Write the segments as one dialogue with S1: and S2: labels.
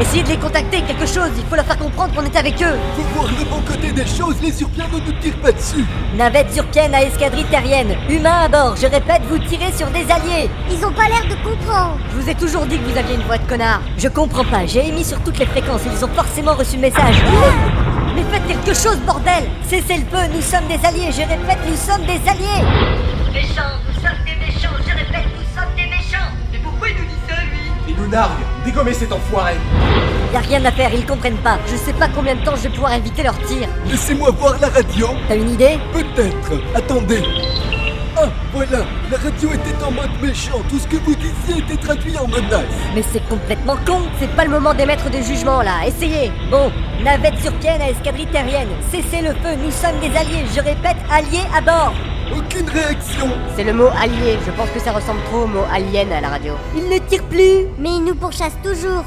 S1: Essayez de les contacter, quelque chose, il faut leur faire comprendre qu'on est avec eux
S2: Faut voir le bon côté des choses, les Urbiens ne nous tirent pas dessus
S1: Navette Zurken à escadrille terrienne, humains à bord, je répète, vous tirez sur des alliés
S3: Ils ont pas l'air de comprendre
S1: Je vous ai toujours dit que vous aviez une voix de connard Je comprends pas, j'ai émis sur toutes les fréquences, ils ont forcément reçu le message Mais faites quelque chose, bordel Cessez le feu, nous sommes des alliés, je répète, nous sommes des alliés
S4: Méchants, nous sommes des méchants, je répète, nous sommes des méchants Mais pourquoi il nous dit ça, lui
S5: Il nous nargue Dégommez cet enfoiré
S1: Y a rien à faire, ils comprennent pas, je sais pas combien de temps je vais pouvoir éviter leur tir
S2: Laissez-moi voir la radio
S1: T'as une idée
S2: Peut-être Attendez Ah, voilà La radio était en mode méchant, tout ce que vous disiez était traduit en menace
S1: Mais c'est complètement con C'est pas le moment d'émettre de jugement là, essayez Bon, navette sur Ken à escadrille terrienne, cessez le feu, nous sommes des alliés, je répète, alliés à bord
S2: Aucune réaction
S1: C'est le mot allié, je pense que ça ressemble trop au mot alien à la radio. Ils ne tirent plus
S3: Mais ils nous pourchassent toujours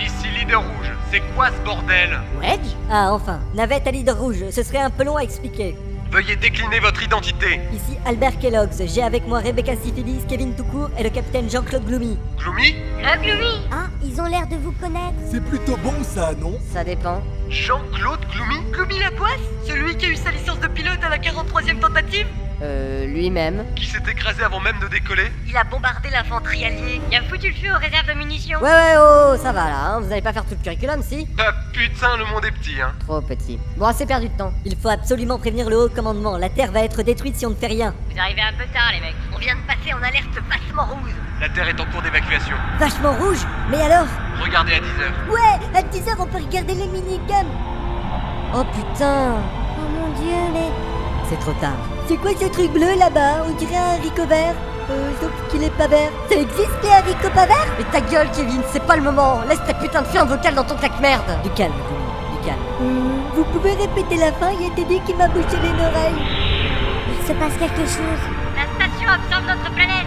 S6: Ici Leader Rouge, c'est quoi ce bordel
S4: Wedge
S1: Ah enfin, navette à leader rouge, ce serait un peu long à expliquer.
S6: Veuillez décliner votre identité.
S1: Ici Albert Kellogg's, j'ai avec moi Rebecca Syphilis, Kevin Toucourt et le capitaine Jean-Claude Gloomy.
S6: Gloomy
S4: Gloomy
S3: Ah, ils ont l'air de vous connaître
S2: C'est plutôt bon ça, non
S1: Ça dépend.
S6: Jean-Claude Gloomy
S4: Gloomy la poisse Celui qui a eu sa licence de pilote à la 43ème tentative
S1: Euh, lui-même.
S6: Qui s'est écrasé avant même de décoller
S4: Il a bombardé l'infanterie alliée. Il a foutu le feu aux réserves de munitions.
S1: Ouais ouais oh, ça va là, hein, vous allez pas faire tout le curriculum si
S6: Ah putain, le monde est petit, hein.
S1: Trop petit. Bon, assez perdu de temps. Il faut absolument prévenir le haut commandement, la Terre va être détruite si on ne fait rien.
S4: Vous arrivez un peu tard, les mecs. On vient de passer en alerte vachement rouge.
S6: La Terre est en cours d'évacuation.
S1: Vachement rouge Mais alors
S6: Regardez à 10h.
S1: Ouais, à 10h on peut regarder les minigames Oh putain
S3: Oh mon dieu, mais...
S1: C'est trop tard. C'est quoi ce truc bleu là-bas On dirait un haricot vert Euh, sauf qu'il est pas vert. Ça existe les haricots pas verts Mais ta gueule, Kevin, c'est pas le moment Laisse ta putain de fière vocale dans ton claque-merde Du calme, du, du calme. Euh, vous pouvez répéter la fin Il y a Teddy qui m'a bouché les oreilles.
S3: Il se passe quelque chose
S4: La station absorbe notre planète.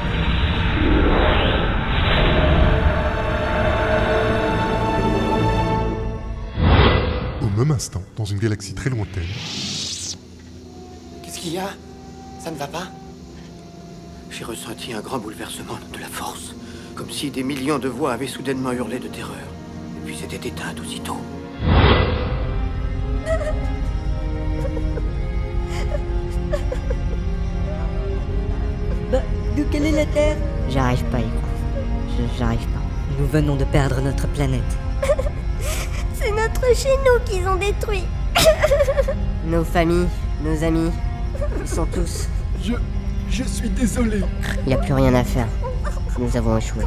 S7: Au même instant, dans une galaxie très lointaine,
S8: Qu'est-ce qu'il y a Ça ne va pas J'ai ressenti un grand bouleversement de la force, comme si des millions de voix avaient soudainement hurlé de terreur, et puis s'étaient éteintes aussitôt.
S1: Bah, d'où quelle est la Terre J'arrive pas à y J'arrive pas. Nous venons de perdre notre planète.
S3: C'est notre chez nous qu'ils ont détruit
S1: Nos familles, nos amis, ils sont tous.
S2: Je... je suis désolé
S1: Il n'y a plus rien à faire. Nous avons échoué.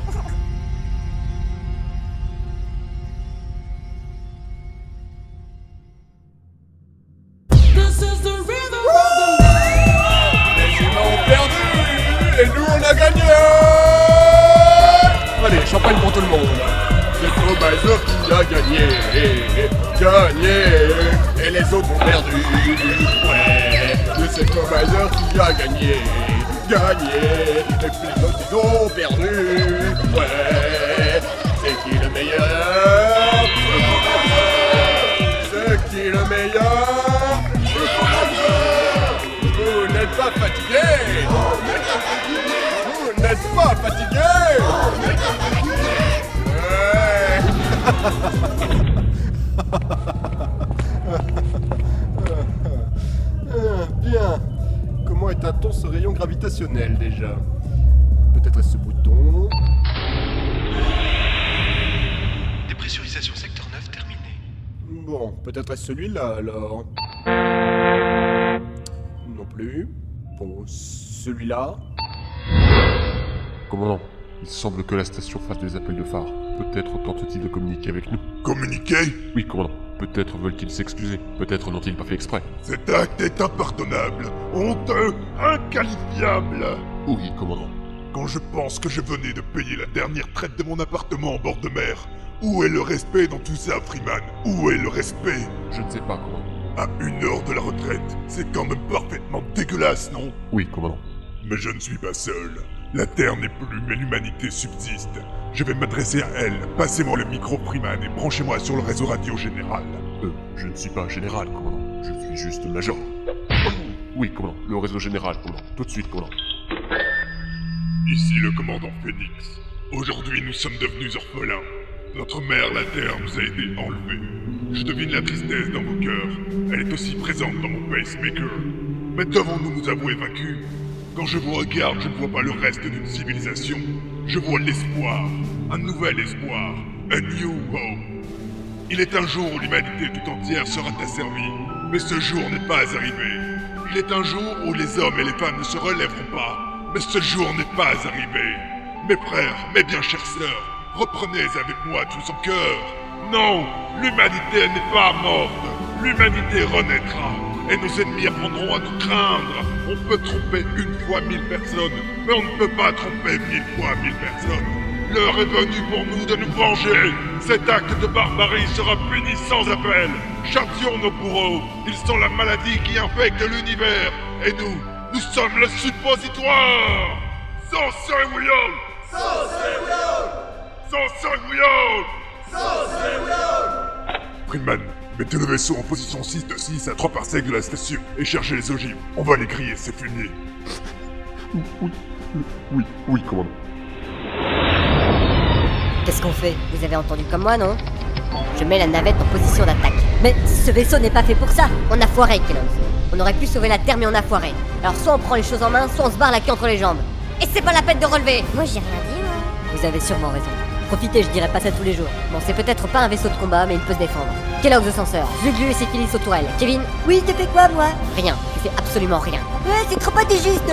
S9: This is the rhythm of the
S5: Les humains ont perdu Et nous, on a
S2: hein
S5: gagné Allez, champagne pour tout le monde
S2: C'est Tromazer qui a gagné, gagné, et les autres ont perdu. Ouais, mais c'est Tromazer qui a gagné, gagné, et puis les autres ils ont perdu. Ouais, c'est qui le meilleur C'est qui le meilleur Vous n'êtes pas fatigué Vous n'êtes pas fatigué Ouais. Ah, Bien. Comment éteint-on ce rayon gravitationnel déjà Peut-être est-ce ce bouton.
S6: Dépressurisation secteur 9 terminée.
S2: Bon, peut-être est-ce celui-là alors. Non plus. Bon, celui-là.
S10: Commandant, il semble que la station fasse des appels de phare. Peut-être tente-t-il de communiquer avec nous.
S11: Communiquer
S10: Oui, commandant. Peut-être veulent-ils s'excuser. Peut-être n'ont-ils pas fait exprès.
S11: Cet acte est impardonnable, honteux, inqualifiable.
S10: Oui, commandant.
S11: Quand je pense que je venais de payer la dernière traite de mon appartement en bord de mer, où est le respect dans tout ça, Freeman Où est le respect
S10: Je ne sais pas, commandant.
S11: À une heure de la retraite, c'est quand même parfaitement dégueulasse, non
S10: Oui, commandant.
S11: Mais je ne suis pas seul. La Terre n'est plus, mais l'humanité subsiste. Je vais m'adresser à elle. Passez-moi le micro, Freeman, et branchez-moi sur le réseau radio général.
S10: Euh, je ne suis pas général, commandant. Je suis juste major. Oui, commandant. Le réseau général, commandant. Tout de suite, commandant.
S11: Ici le commandant Phoenix. Aujourd'hui, nous sommes devenus orphelins. Notre mère, la Terre, nous a été enlevée. Je devine la tristesse dans vos cœurs. Elle est aussi présente dans mon pacemaker. Mais devons-nous nous avouer vaincus Quand je vous regarde, je ne vois pas le reste d'une civilisation. Je vois l'espoir, un nouvel espoir, a new hope. Il est un jour où l'humanité tout entière sera asservie, mais ce jour n'est pas arrivé. Il est un jour où les hommes et les femmes ne se relèveront pas, mais ce jour n'est pas arrivé. Mes frères, mes bien chères sœurs, reprenez avec moi tout son cœur. Non, l'humanité n'est pas morte. L'humanité renaîtra. Et nos ennemis apprendront à nous craindre. On peut tromper une fois mille personnes, mais on ne peut pas tromper mille fois mille personnes. L'heure est venue pour nous de nous venger. Cet acte de barbarie sera puni sans appel. Chassions nos bourreaux. Ils sont la maladie qui infecte l'univers. Et nous, nous sommes le suppositoire. Sorcerer we own.
S5: Sorcerer we own.
S11: Sorcerer we own.
S5: Sorcerer we own.
S11: Freeman, mettez le vaisseau en position 6 de 6 à 3 parsecs de la station et cherchez les ogives. On va les griller, ces fumiers.
S10: Oui, oui, oui, commandant.
S1: Qu'est-ce qu'on fait Vous avez entendu comme moi, non Je mets la navette en position d'attaque. Mais ce vaisseau n'est pas fait pour ça On a foiré, Kellogg. On aurait pu sauver la Terre, mais on a foiré. Alors soit on prend les choses en main, soit on se barre la queue entre les jambes. Et c'est pas la peine de relever
S3: Moi j'ai rien dit, moi.
S1: Vous avez sûrement raison. Profitez, je dirais pas ça tous les jours. Bon, c'est peut-être pas un vaisseau de combat, mais il peut se défendre. Kellogg, le censeur. Zuglu et ses Kélis aux tourelles. Kevin
S3: Oui, tu fais quoi, moi
S1: Rien. Tu fais absolument rien.
S3: Ouais, c'est trop pas juste.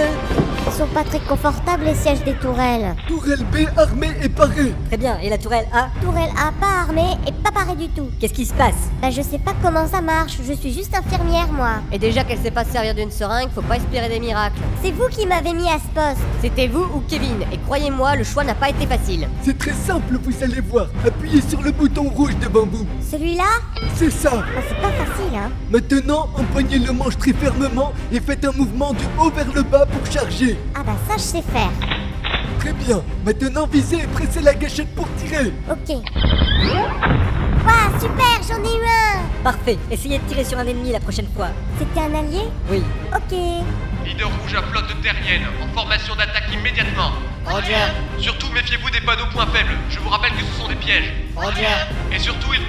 S3: Ils sont pas très confortables, les sièges des tourelles.
S12: Tourelle B armée et parée.
S1: Très bien. Et la tourelle A
S3: Tourelle A pas armée et pas parée du tout.
S1: Qu'est-ce qui se passe
S3: Bah, je sais pas comment ça marche. Je suis juste infirmière, moi.
S1: Et déjà qu'elle sait pas se servir d'une seringue, faut pas espérer des miracles.
S3: C'est vous qui m'avez mis à ce poste.
S1: C'était vous ou Kevin. Et croyez-moi, le choix n'a pas été facile.
S12: C'est très simple, vous allez voir. Appuyez sur le bouton rouge devant vous.
S3: Celui-là
S12: C'est ça.
S3: Ah, c'est pas facile, hein.
S12: Maintenant, empoignez le manche très fermement et faites un mouvement du haut vers le bas pour charger.
S3: Ah bah ça, je sais faire.
S12: Très bien. Maintenant, visez et pressez la gâchette pour tirer.
S3: Ok. Waouh, super, j'en ai eu un
S1: Parfait. Essayez de tirer sur un ennemi la prochaine fois.
S3: C'était un allié
S1: Oui.
S3: Ok.
S6: Leader rouge à flotte terrienne, en formation d'attaque immédiatement.
S1: Roger.
S6: Surtout méfiez-vous des panneaux points faibles. Je vous rappelle que ce sont des pièges.
S1: Roger.
S6: Et surtout, il...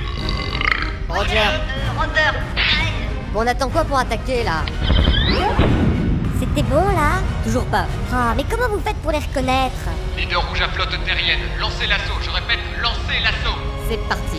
S1: Roger.
S4: Rondeur.
S1: Bon, on attend quoi pour attaquer là
S3: C'était bon, là
S1: Toujours pas.
S3: Ah, mais comment vous faites pour les reconnaître
S6: Leader rouge à flotte terrienne, lancez l'assaut. Je répète, lancez l'assaut.
S1: C'est parti.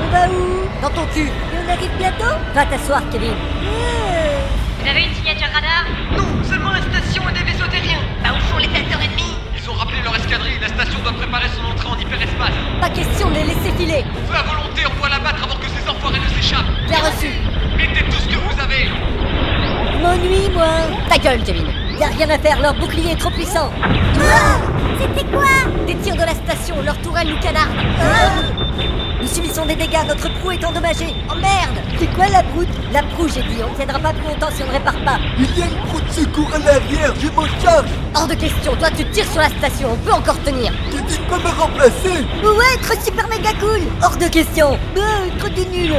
S3: On va où
S1: Dans ton cul.
S3: Et on arrive bientôt
S1: Va t'asseoir, Kevin.
S3: Euh,
S4: Vous avez une signature radar Non, seulement la station et des vaisseaux terriens. Bah où sont les acteurs ennemis
S6: Ils ont rappelé leur escadrille. La station doit préparer son entrée en hyperespace.
S1: Pas question de les laisser filer.
S6: Feu à volonté, on doit l'abattre avant que ces enfoirés ne s'échappent.
S1: Bien reçu.
S6: Mettez tout ce que vous avez.
S3: je m'ennuie, moi.
S1: Ta gueule, Kevin. Y'a rien à faire, leur bouclier est trop puissant.
S3: Ah C'était quoi
S1: Des tirs de la station, leur tourelle nous canarde.
S3: Oh.
S1: Nous subissons des dégâts, notre proue est endommagée. Oh merde
S3: C'est quoi la broute
S1: La proue, j'ai dit, on ne tiendra pas plus longtemps si on ne répare pas.
S12: Il y a une roue de secours à l'arrière, je m'en charge.
S1: Hors de question, toi tu tires sur la station, on peut encore tenir.
S12: Tu dis pas me remplacer
S3: Ouais, trop super méga cool
S1: Hors de question
S3: Euh, trop du nul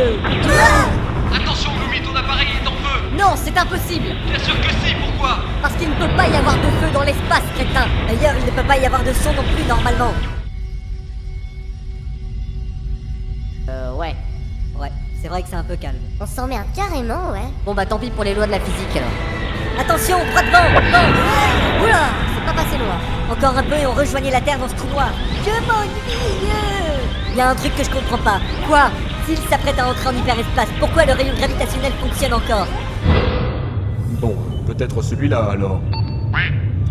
S1: Ah
S6: Attention, Gloomy, ton appareil est en feu.
S1: Non, c'est impossible
S6: Bien sûr que si, pourquoi
S1: Parce qu'il ne peut pas y avoir de feu dans l'espace, crétin. D'ailleurs, il ne peut pas y avoir de son non plus normalement. Euh, ouais. Ouais, c'est vrai que c'est un peu calme.
S3: On s'emmerde carrément, ouais.
S1: Bon bah tant pis pour les lois de la physique alors. Attention, droit devant Non Oula C'est pas passé loin. Encore un peu et on rejoignait la Terre dans ce trou noir.
S3: Je m'ennuie euh.
S1: Il y a un truc que je comprends pas. Quoi S'il s'apprête à entrer en hyperespace, pourquoi le rayon gravitationnel fonctionne encore
S13: Bon, peut-être celui-là alors.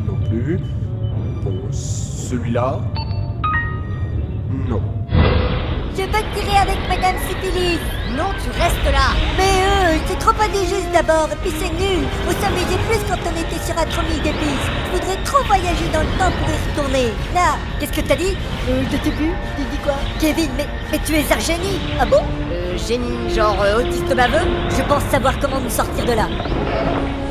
S13: Non plus. Bon, celui-là. Non.
S3: Je veux tirer avec Madame Sipilis
S1: Non, tu restes là
S3: Mais euh, c'est trop indigeste d'abord, et puis c'est nul On s'amusait plus quand on était sur un tromille d'épices Je voudrais trop voyager dans le temps pour y retourner Là
S1: Qu'est-ce que t'as dit
S12: Euh, je t'ai plus, tu dis quoi
S1: Kevin, mais, mais tu es un génie Ah bon Euh, génie, genre euh, autiste baveux Je pense savoir comment nous sortir de là.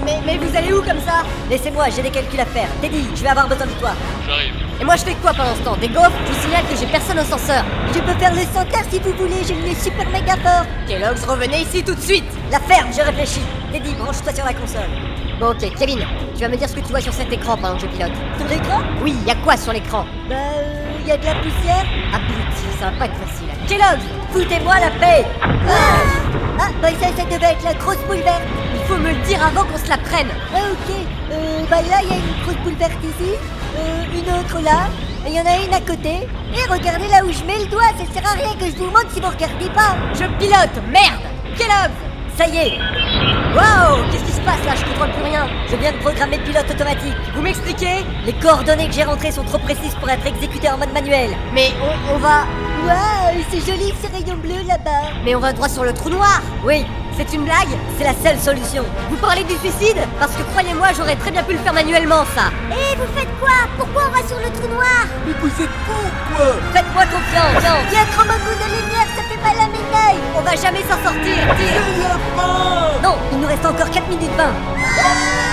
S1: Mais, mais vous allez où comme ça Laissez-moi, j'ai des calculs à faire. Teddy, je vais avoir besoin de toi.
S6: J'arrive.
S1: Et moi je fais quoi pendant ce temps Des gaufres Je vous signale que j'ai personne au censeur.
S3: Je peux faire le centaire si vous voulez, j'ai le nez super méga fort
S1: Kellogg's, revenez ici tout de suite La ferme, je réfléchis. Teddy, branche-toi sur la console. Bon, ok, Kevin, tu vas me dire ce que tu vois sur cet écran pendant que je pilote.
S3: Sur l'écran
S1: Oui, y a quoi sur l'écran
S3: Bah, euh, y a de la poussière
S1: Abruti, ça va pas être facile. Kellogg, foutez-moi la paix
S3: Ah, ah bah ça, ça devait être la grosse boule verte
S1: Il faut me le dire avant qu'on se la prenne
S3: Ah, ok. Euh, bah là, y a une grosse boule verte ici, euh, une autre là, et y en a une à côté. Et regardez là où je mets le doigt, ça sert à rien que je vous montre si vous regardez pas
S1: Je pilote, merde Kellogg Ça y est Waouh Qu'est-ce qui se passe là Je contrôle plus rien
S3: Je viens de programmer le pilote automatique.
S1: Vous m'expliquez Les coordonnées que j'ai rentrées sont trop précises pour être exécutées en mode manuel. Mais on, on va...
S3: Waouh, c'est joli ces rayons bleus là-bas
S1: Mais on va droit sur le trou noir Oui c'est une blague C'est la seule solution. Vous parlez du suicide Parce que croyez-moi, j'aurais très bien pu le faire manuellement, ça.
S3: Eh, vous faites quoi Pourquoi on va sur le trou noir
S12: Mais vous êtes fous, quoi
S1: Faites-moi confiance.
S3: Il y a trop beaucoup de lumière, ça fait mal à mes oreilles
S1: On va jamais s'en sortir. Tire.
S12: C'est la fin
S1: Non, il nous reste encore 4 minutes 20.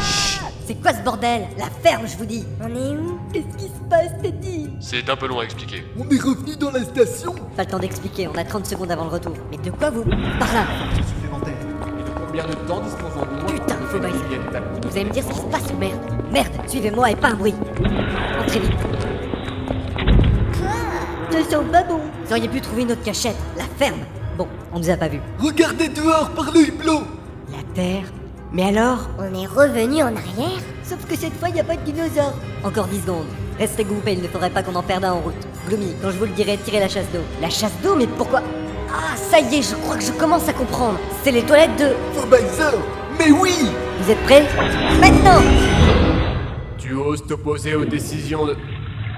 S1: Chut, C'est quoi ce bordel La ferme, je vous dis.
S3: On est où Qu'est-ce qui se passe, Teddy
S10: C'est un peu long à expliquer.
S12: On est revenu dans la station
S1: Pas le temps d'expliquer, on a 30 secondes avant le retour. Mais de quoi vous Par là
S13: Supplémentaire. Et de combien de temps disposons-nous
S1: Putain, faut
S13: Pour
S1: baiser.
S13: gagner des tapis
S1: Vous allez me dire ce qui se passe, merde Merde, suivez-moi et pas un bruit Entrez vite
S3: Ça sent pas bon.
S1: Vous auriez pu trouver une autre cachette, la ferme Bon, on nous a pas vus.
S12: Regardez dehors par le hublot
S1: La terre Mais alors
S3: On est revenu en arrière Sauf que cette fois, il n'y a pas de dinosaures.
S1: Encore 10 secondes. Restez groupés, il ne faudrait pas qu'on en perde un en route. Gloomy, quand je vous le dirai, tirez la chasse d'eau. La chasse d'eau Mais pourquoi Ah, ça y est, je crois que je commence à comprendre. C'est les toilettes de...
S12: Faux baiser Mais oui
S1: Vous êtes prêts Maintenant
S5: Tu oses t'opposer aux décisions de.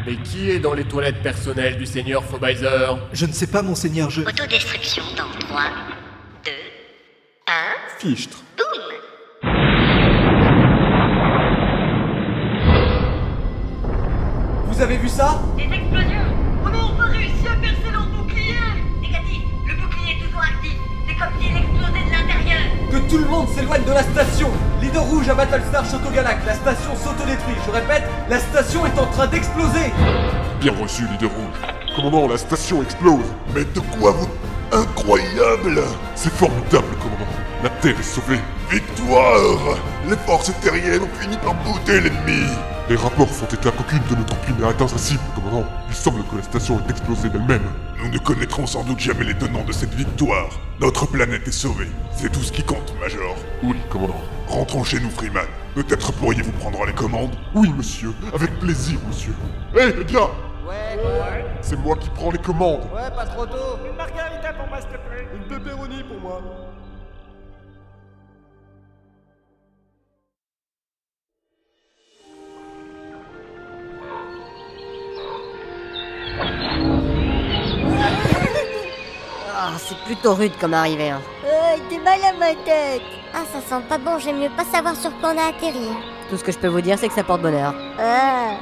S5: Mais qui est dans les toilettes personnelles du seigneur Faubizer
S12: Je ne sais pas, monseigneur, je...
S4: Autodestruction dans 3, 2, 1.
S10: Fichtre.
S4: Boum
S13: Vous avez vu ça
S4: Des explosions On n'a enfin réussi à percer leur bouclier Négatif, le bouclier est toujours actif. C'est comme s'il explosait de l'intérieur.
S13: Que tout le monde s'éloigne de la station Leader rouge à Battlestar Shotogalak, la station s'autodétruit. Je répète, la station est en train d'exploser
S10: Bien reçu, leader rouge. Commandant, la station explose.
S11: Mais de quoi vous... Incroyable
S10: C'est formidable, commandant. La Terre est sauvée.
S11: Victoire Les forces terriennes ont fini par bouter l'ennemi
S10: Les rapports font état qu'aucune de nos troupes n'a atteint sa cible, commandant. Il semble que la station ait explosé d'elle-même.
S11: Nous ne connaîtrons sans doute jamais les tenants de cette victoire. Notre planète est sauvée. C'est tout ce qui compte, Major.
S10: Oui, commandant.
S11: Rentrons chez nous, Freeman. Peut-être pourriez-vous prendre les commandes
S10: Oui, monsieur. Avec plaisir, monsieur. Hé, les gars
S14: Ouais, ouais.
S10: C'est moi qui prends les commandes.
S14: Ouais, pas trop tôt. Une margarita pour moi, s'il te plaît. Une pepperoni pour moi.
S1: Ah, c'est plutôt rude comme arrivée, hein.
S3: Euh, t'es mal à ma tête. Ah, ça sent pas bon, j'aime mieux pas savoir sur quoi on a atterri.
S1: Tout ce que je peux vous dire, c'est que ça porte bonheur.
S3: Ah.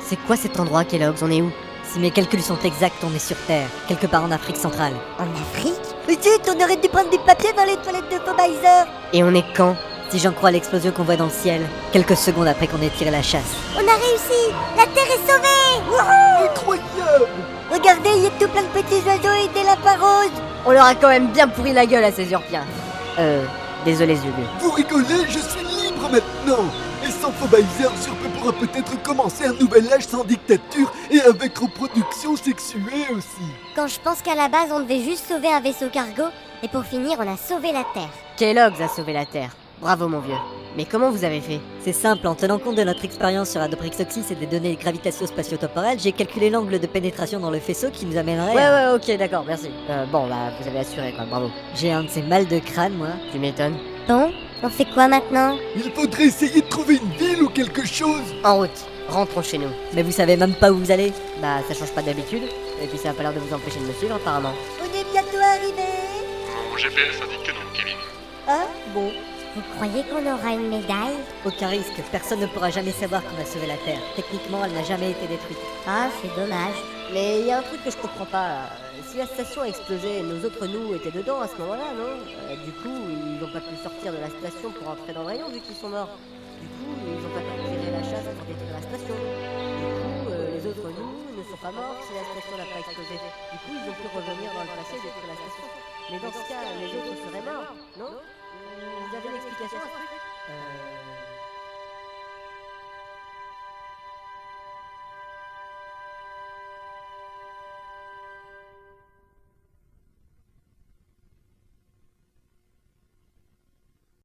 S1: C'est quoi cet endroit, Kellogg's On est où Si mes calculs sont exacts, on est sur Terre, quelque part en Afrique centrale.
S3: En Afrique Zut, on aurait dû prendre des papiers dans les toilettes de Bobizer.
S1: Et on est quand Si j'en crois l'explosion qu'on voit dans le ciel, quelques secondes après qu'on ait tiré la chasse.
S3: On a réussi La Terre est sauvée
S12: Incroyable
S3: Regardez, il y a tout plein de petits oiseaux et des lapins roses
S1: On leur a quand même bien pourri la gueule à ces Urpiens. Euh, désolé, Zubu.
S12: Vous rigolez, je suis libre maintenant Et sans Fobaiser, Surpe pourra peut-être commencer un nouvel âge sans dictature et avec reproduction sexuée aussi.
S3: Quand je pense qu'à la base, on devait juste sauver un vaisseau cargo, et pour finir, on a sauvé la Terre.
S1: Kellogg's a sauvé la Terre. Bravo, mon vieux. Mais comment vous avez fait C'est simple, en tenant compte de notre expérience sur Adoprixoxys et des données gravitatio-spatio-temporelles, j'ai calculé l'angle de pénétration dans le faisceau qui nous amènerait. Ouais, ouais, ok, d'accord, merci. Euh, bon, bah, vous avez assuré, quoi, bravo. J'ai un de ces mal de crâne, moi. Tu m'étonnes.
S3: Bon, on fait quoi maintenant
S12: Il faudrait essayer de trouver une ville ou quelque chose
S1: En route, rentrons chez nous. Mais vous savez même pas où vous allez Bah, ça change pas d'habitude. Et puis ça a pas l'air de vous empêcher de me suivre, apparemment.
S3: On est bientôt arrivés
S10: Mon GPS indique que non, Kevin.
S3: Ah, bon. Vous croyez qu'on aura une médaille
S1: Aucun risque, personne ne pourra jamais savoir qu'on a sauvé la Terre. Techniquement, elle n'a jamais été détruite.
S3: Ah, c'est dommage.
S1: Mais il y a un truc que je comprends pas. Euh, Si la station a explosé, nos autres nous étaient dedans à ce moment-là, non Euh, Du coup, ils n'ont pas pu sortir de la station pour entrer dans le rayon vu qu'ils sont morts. Du coup, ils n'ont pas pu tirer la chasse pour détruire la station. Du coup, euh, les autres nous ne ne sont pas morts si la station n'a pas explosé. Du coup, ils ont pu revenir dans le passé détruire la station. Mais dans ce cas, les autres seraient morts, non Vous avez une explication à ça